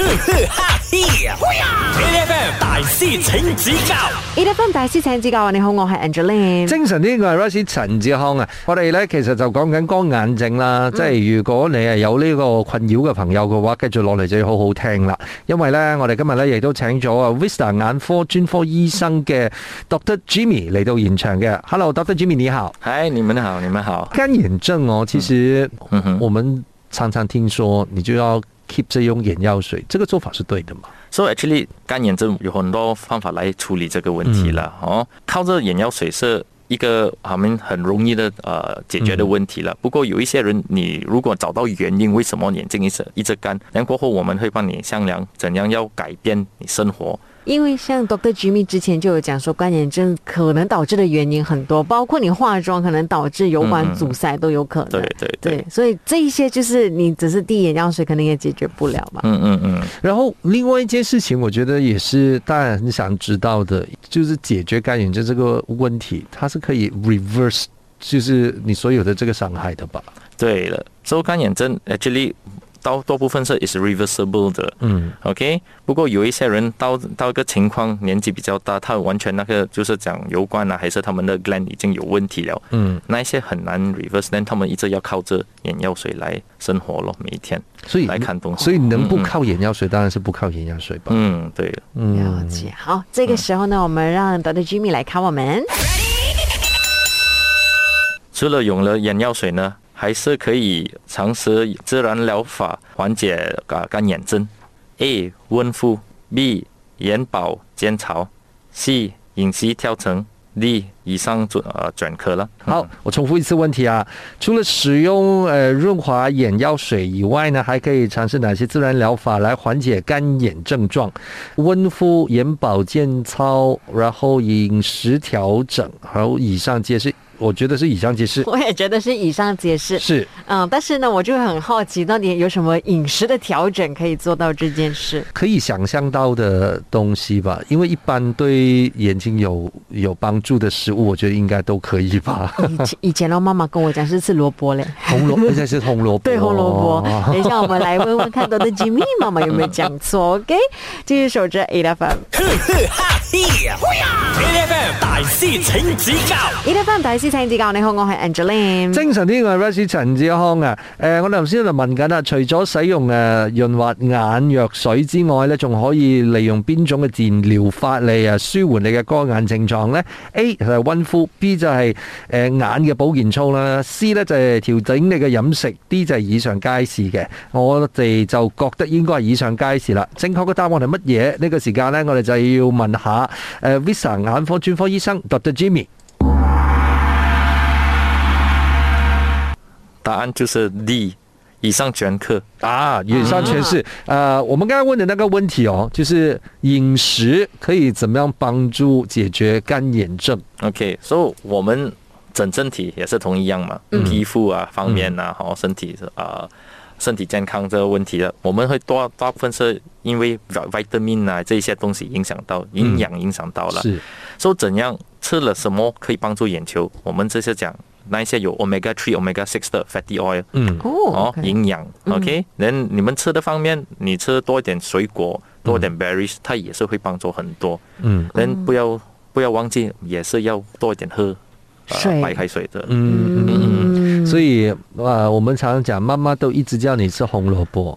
哈 FM 大師請指教，E F M 大師請指教啊！你好，我係 Angeline。精神呢個係 Rosie 陳志康啊！我哋咧其實就講緊乾眼症啦，即係如果你係有呢個困擾嘅朋友嘅話，繼續落嚟就要好好聽啦。因為咧，我哋今日咧亦都請咗啊 Vista 眼科專科醫生嘅 Dr. Jimmy 嚟到現場嘅。Hello，Dr. Jimmy 你好。嗨，你们好，你们好。乾眼症哦，其實嗯哼我们常常聽說你就要 keep 着用眼药水，這個做法是對的嘛？ So actually，干眼症有很多方法来处理这个问题了。哦，靠着眼药水是一个我们很容易的呃解决的问题了。不过有一些人，你如果找到原因，为什么眼睛一直一直干，然后过后我们会帮你商量怎样要改变你生活。因为像 Dr. Jimmy 之前就有讲说，干眼症可能导致的原因很多，包括你化妆可能导致油管阻塞都有可能。对嗯对对，所以这一些就是你只是滴眼药水，可能也解决不了嘛。嗯嗯嗯，然后另外一件事情，我觉得也是大家很想知道的，就是解决干眼症这个问题，它是可以 reverse，就是你所有的这个伤害的吧？对了。So 干眼症 actually 到多部分是 is reversible 的。嗯 OK，不过有一些人到到一个情况，年纪比较大，他完全那个就是讲油关啊，还是他们的 gland 已经有问题了，嗯，那一些很难 reverse，但他们一直要靠着眼药水来生活咯，每一天所以来看东西。所以能不嗯嗯靠眼药水，当然是不靠眼药水吧。嗯，对了。了解。好，这个时候呢，我们让 Dr. Jimmy 来考我们。除了用了眼药水呢，还是可以尝试自然疗法缓解啊干眼症。A. 温敷 B. 眼保健操 C. 饮食调整 D. 以上转呃转科了。 好，我重复一次问题啊，除了使用呃润滑眼药水以外呢，还可以尝试哪些自然疗法来缓解干眼症状？温敷、眼保健操，然后饮食调整，然后以上皆是。我觉得是以上皆是，我也觉得是以上皆是。是嗯，但是呢，我就会很好奇，到底有什么饮食的调整可以做到这件事？可以想象到的东西吧？因为一般对眼睛有有帮助的食物，我觉得应该都可以 吧。以前以前呢，妈妈跟我讲是吃萝卜嘞。红萝，而且是红萝卜，对红萝卜。等一下，我们来问问看，多的 Jimmy 妈妈有没有讲错？OK，继续守着 A F M。 ，FM 大師請指教 A F M 大師請指教，你好，我係 Angeline。精神呢個係 Rice 陳志康啊！誒、我哋頭先就問緊啊，除咗使用誒潤滑眼藥水之外咧，仲可以利用邊種嘅治療法嚟啊舒緩你嘅乾眼症狀咧？A 就係温敷，B 就係誒眼嘅保健操啦，C 咧就係調整你嘅飲食，D 就係以上皆是嘅。我哋就覺得應該係以上皆是啦。正確嘅答案係乜嘢？呢、個時間咧，我哋就要問下誒 Visa 眼科專科醫生 Dr. Jimmy。答案就是 D，以上全科。啊，以上全是。呃，我们刚才问的那个问题哦，就是饮食可以怎么样帮助解决干眼症？ OK，所、以我们整身体也是同一样嘛，皮肤啊方面啊，好、身体啊、呃身体健康这个问题了，我们会多大部分是因为 vitamin 啊这一些东西影响到营养影响到了。是，说怎样吃了什么可以帮助眼球？我们这是讲那一些有 omega three、omega six 的 fatty oil，嗯哦哦，营养，OK。人你们吃的方面，你吃多一点水果，多一点 berries，、它也是会帮助很多。嗯人不要不要忘记，也是要多一点喝、呃水白开水的。嗯嗯嗯嗯。所以啊，我们常常讲，妈妈都一直叫你吃红萝卜，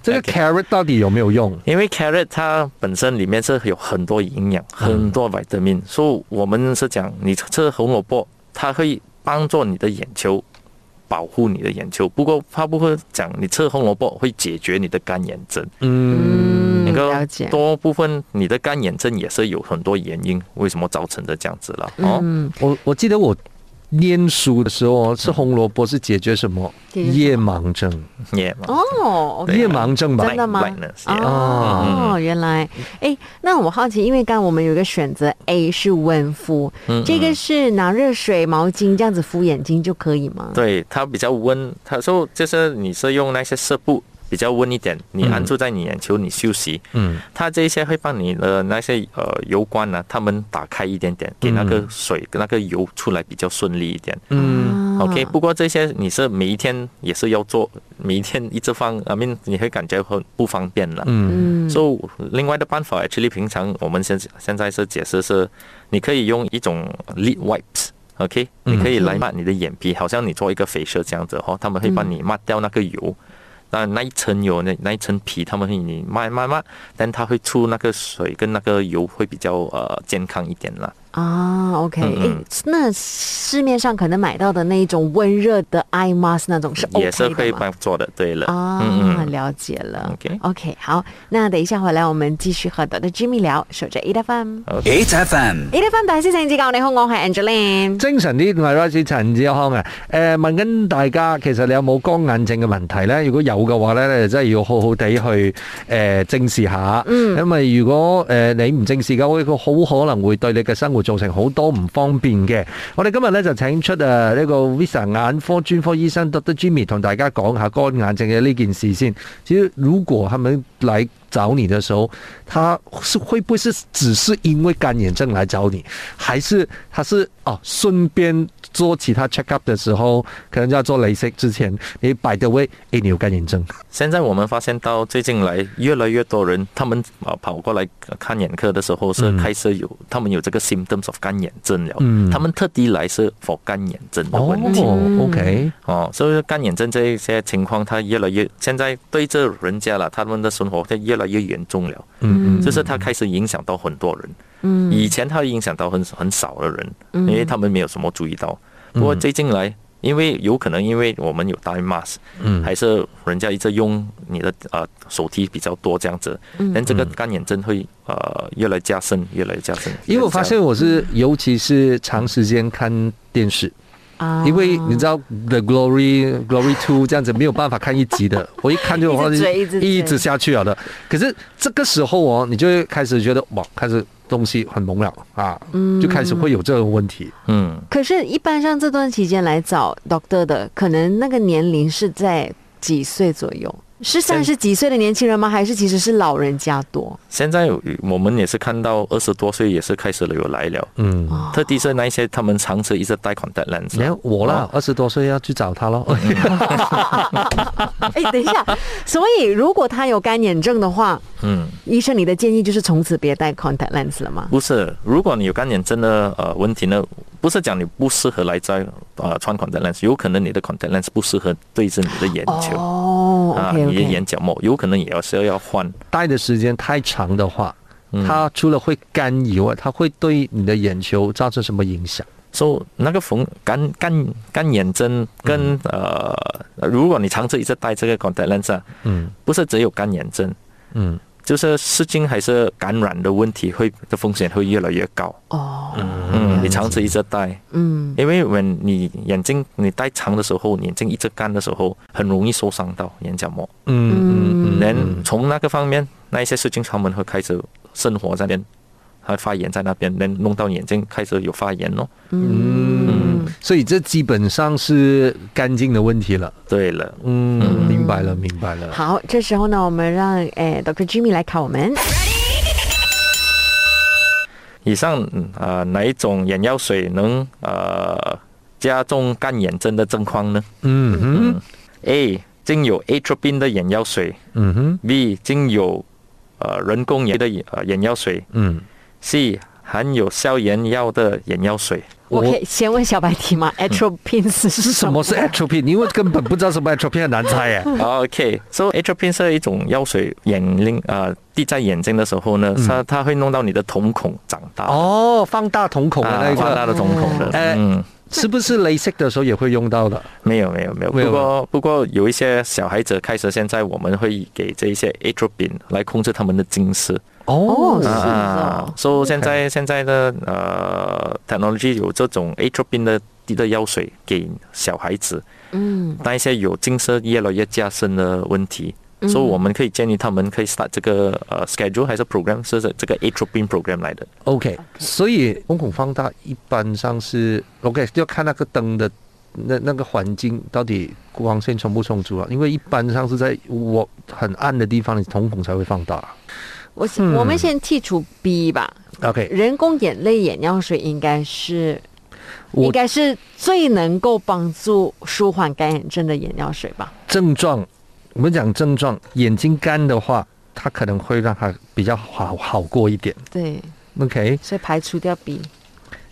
这个 carrot 到底有没有用？因为 carrot 它本身里面是有很多营养，很多 vitamin，所以我们是讲你吃红萝卜，它会帮助你的眼球，保护你的眼球。不过它不会讲你吃红萝卜会解决你的干眼症，嗯嗯，那了个解多部分你的干眼症也是有很多原因，为什么造成的这样子了哦。嗯，我我记得我念书的时候哦吃红萝卜是解决什么？解决什么夜盲症，也哦对夜盲症吧真？的吗 Blindness，yeah 哦，原来，哎，那我好奇，因为刚刚我们有一个选择 A 是温敷，这个是拿热水、毛巾这样子敷眼睛就可以吗？对，它比较温，它说就是你是用那些色布比较温一点，你安住在你眼球，你休息。嗯，它这一些会帮你的那些呃油关呢、它们打开一点点，给那个水、那个油出来比较顺利一点。啊嗯，OK，不过这些你是每一天也是要做，每一天一直放，I mean 你会感觉很不方便了。嗯，所、以另外的办法，actually 平常我们现现在是解释是，你可以用一种 lid wipes。OK，你可以来抹你的眼皮，好像你做一个 facial 这样子哦，他们会帮你抹掉那个油，那那一层油那那一层皮，他们会你抹抹抹，但它会出那个水跟那个油会比较呃健康一点啦。啊，OK，哎、嗯嗯那市面上可能买到的那一种温热的 eye mask 那种是 OK 的也是可以吗帮做的，对了，啊、嗯嗯，了解了。 OK OK，好，那等一下回来我们继续和 Dr. Jimmy 聊，守着 E F M。 ，H F M， E F M 大师請指教，你好，我係 Angeline。精神啲，我係 r i s e 陳志康啊。誒、問緊大家，其實你有冇乾眼症嘅問題咧？如果有嘅話咧，你真係要好好地去誒、正視下。嗯，因為如果誒、你唔正視嘅話，佢好可能會對你嘅生活造成好多唔方便嘅。我哋今日咧就請出啊呢個 Visa 眼科專科醫生 Dr. Jimmy 同大家講下乾眼症嘅呢件事先。其實如果他們來找你的時候，他是會不會是只是因為乾眼症來找你，還是他是哦順便做其他 check up 的時候，可能要做雷 a 之前，你擺的位，哎，你有乾眼症，现在我们发现到最近来越来越多人，他们啊跑过来看眼科的时候是开始有，他们有这个 symptoms of 干眼症了，嗯他们特地来是 for 干眼症的问题。哦，OK，哦，所以干眼症这一些情况，它越来越现在对这人家了，他们的生活它越来越严重了，嗯就是它开始影响到很多人。嗯以前它影响到很很少的人，因为他们没有什么注意到。不过最近来，因为有可能因为我们有戴 mask，嗯还是人家一直用你的呃手提比较多这样子，嗯但这个干眼症会呃越来加深，越来加深。因为我发现我是，尤其是长时间看電視。啊因为你知道《The Glory》《Glory Two》这样子没有办法看一集 的，我一看就一直追一直追一直下去了的。可是这个时候哦，你就会开始觉得哇，开始东西很猛了啊，嗯就开始会有这种问题。嗯，可是，一般上这段期间来找 Doctor 的，可能那个年龄是在几岁左右？是三十几岁的年轻人吗？还是其实是老人家多？现在有我们也是看到二十多岁也是开始了有来了，嗯，特地是那一些他们长期一直戴 contact lens 啊你啦。看我哦啦，二十多岁要去找他咯。 哎，等一下，所以如果他有干眼症的话，嗯，医生你的建议就是从此别戴 contact lens 了吗？不是，如果你有干眼症的呃问题呢，不是讲你不适合来摘呃穿 contact lens，有可能你的 contact lens 不适合对着你的眼球、哦啊， ，OK 你的 OK，眼角膜，有可能也要是要换。待的时间太长的话，它除了会干以外，它会对你的眼球造成什么影响？所、so, 那个缝干干干眼症跟、呃，如果你长期一直戴这个 contact lens，、啊、嗯不是只有干眼症，嗯，就是视镜还是感染的问题会的风险会越来越高。哦，嗯，你长期一直戴，嗯，因为when 你眼睛你戴长的时候，你眼睛一直干的时候，很容易受伤到眼角膜。嗯嗯人、从那个方面，那一些事情他们会开始生活在那边，还发炎在那边，能弄到眼睛开始有发炎咯。嗯，所以这基本上是干净的问题了。对了，嗯，明白了，明白了。好，这时候呢，我们让诶 Dr. Jimmy 来考我们。以上嗯呃哪一种眼药水能呃加重干眼症的症况呢嗯哼， ？A. 经有 atropine 的眼药水嗯哼， ，B. 经有呃人工眼的眼呃眼药水嗯， ，C. 含有消炎药的眼药水。我可以先问小白题吗？Atropine 嗯是是什么是 atropine？因为根本不知道什么 atropine 很难猜耶。 OK，so、atropine 是一种药水，眼睛啊滴在眼睛的时候呢，它它会弄到你的瞳孔长大， 嗯哦，放哦大瞳孔啊的那放大个，的瞳孔的，哎嗯。是不是镭射的时候也会用到的？没有没有没有，没有不过不过有一些小孩子开始现在我们会给这一些 atropine 来控制他们的近视哦哦，是啊哦，，所以现在现在的呃 technology 有这种 atropine 的滴的药水给小孩子，嗯那一些有近视越来越加深的问题。所以我们可以建议他们可以 start 这个呃 schedule 还是 program 是这这个 atropine program 来的。 OK，所以瞳孔放大一般上是 OK，就要看那个灯的那那个环境到底光线充不充足啊？因为一般上是在我很暗的地方，你瞳孔才会放大。我先嗯我们先剔除 B 吧， OK，人工眼泪眼药水应该是我应该是最能够帮助舒缓干眼症的眼药水吧？症状，我们讲症状，眼睛干的话，它可能会让它比较好好过一点。对， OK，所以排除掉 B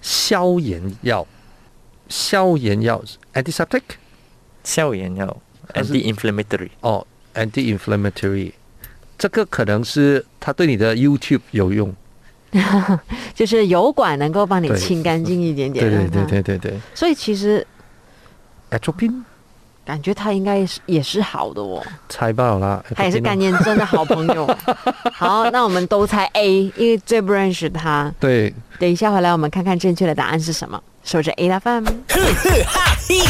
消炎药，消炎药 antiseptic 消炎药还是 anti-inflammatory 哦，anti-inflammatory，这个可能是它对你的 YouTube 有用。就是油管能够帮你对清干净一点点。对对让对它。对对对所以其实 a t r o p i n 感觉它应该是也是好的 哦，猜爆啦，它也是 atropine 哦干眼症的好朋 友。好，那我们都猜 A，因为最不认识它。对。等一下回来我们看看正确的答案是什么。守着 A 大饭。 F M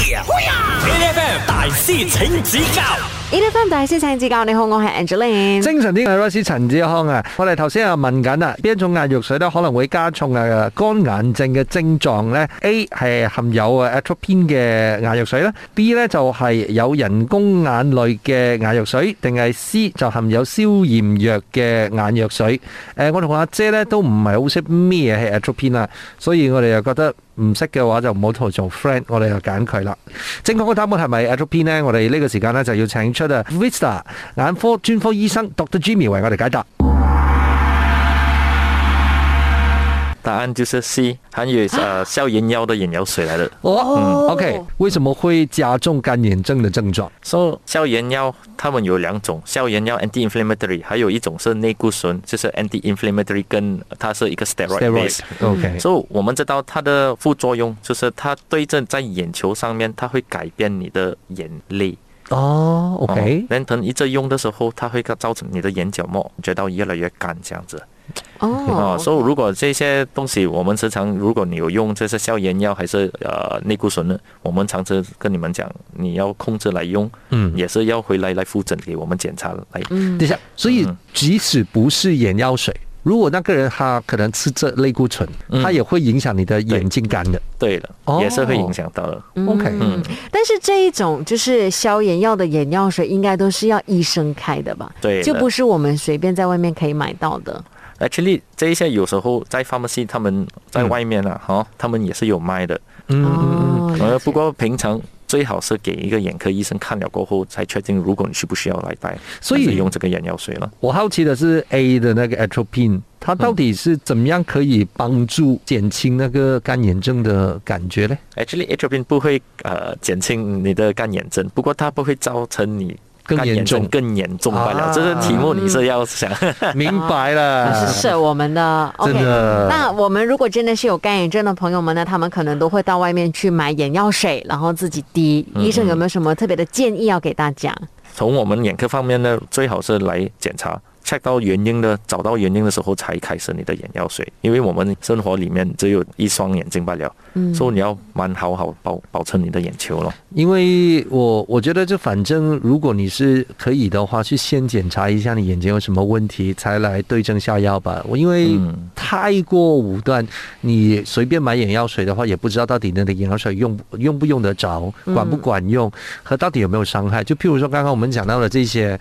大师请指教呢粒分大師請指教，你好，我係 Angeline。精神啲嘅 Rice 陳志康啊，我哋頭先啊問緊啊，邊一種眼藥水咧可能會加重啊乾眼症嘅症狀咧？A 係含有啊 atropine 嘅眼藥水啦，B 咧就係有人工眼淚嘅眼藥水，定係 C 就含有消炎藥嘅眼藥水？誒、呃我同阿姐咧都唔係好識咩係 atropine 啦，所以我哋又覺得。唔識嘅話就唔好同佢做 friend，我哋就揀佢啦。正確嘅答案係咪 atropine 呢？我哋呢個時間呢，就要請出啊 Vista 眼科專科醫生 Dr. Jimmy 為我哋解答。答案就是 C，含有呃消炎药的眼药水来的。哦嗯 OK，为什么会加重干眼症的症状？ So 消炎药它们有两种，消炎药 anti-inflammatory，还有一种是内固醇，就是 anti-inflammatory，跟它是一个 steroid base。 OK，所以我们知道它的副作用就是它对症在眼球上面，它会改变你的眼泪。哦，OK，连疼一直用的时候，它会造成你的眼角膜觉得越来越干这样子。哦，啊所以如果这些东西，我们时常如果你有用这些消炎药还是呃内固醇呢，我们常常跟你们讲，你要控制来用，嗯，也是要回来来复诊给我们检查来。嗯等一下，所以即使不是眼药水，如果那个人他可能吃这类固醇，嗯他也会影响你的眼睛干的。对了哦，也是会影响到的。 OK，嗯，但是这一种就是消炎药的眼药水，应该都是要医生开的吧？对的就不是我们随便在外面可以买到的。 Actually，这一些有时候在 pharmacy 他们在嗯外面啊，哈、他们也是有卖的。嗯，哦，呃，了解不过平常最好是给一个眼科医生看了过后，才确定如果你需不需要来带，所以那就用这个眼药水了。我好奇的是 A 的那个 atropine，它到底是怎么样可以帮助减轻那个干眼症的感觉呢？ Actually，atropine 不会呃减轻你的干眼症，不过它不会造成你更干严眼症重更严重罢了。啊这个题目你是要想， 明白了，哦是是我们的 OK，啊真的那我们如果真的是有干眼症的朋友们呢，他们可能都会到外面去买眼药水，然后自己滴。医生有没有什么特别的建议要给大家？从我们眼科方面呢，最好是来检查。check 到原因的，找到原因的时候才开始你的眼药水，因为我们生活里面只有一双眼睛罢了，嗯所以你要蛮好好保保存你的眼球咯。因为我我觉得，就反正如果你是可以的话，去先检查一下你眼睛有什么问题，才来对症下药吧。我因为嗯太过武断，你随便买眼药水的话，也不知道到底那个眼药水用用不用得着，管不管用，和到底有没有伤害。就譬如说刚刚我们讲到的这些，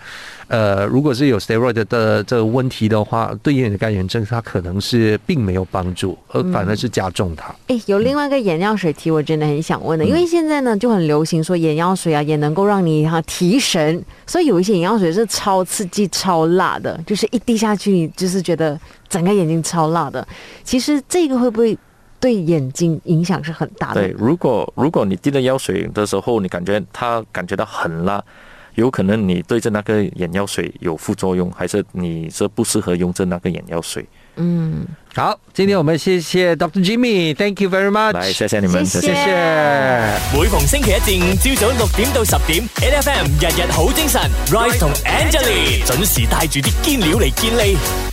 呃，如果是有 steroid 的的这个问题的话，对于你的干眼症，它可能是并没有帮助，而反而是加重它。哎，有另外一个眼药水题，我真的很想问的，因为现在呢就很流行说眼药水啊也能够让你哈、提神，所以有一些眼药水是超刺激、超辣的，就是一滴下去你就是觉得整个眼睛超辣的。其实这个会不会对眼睛影响是很大的对，？如果如果你滴了药水的时候，你感觉它感觉到很辣，有可能你对着那个眼药水有副作用，还是你是不适合用这那个眼药水。嗯，好，今天我们谢谢 Dr. Jimmy，Thank you very much，来，谢谢你们，啊谢谢谢谢。每逢星期一至五朝早六點到十點 N F M 日日好精神，Rise 同 Angelie 準時帶住啲堅料嚟健利。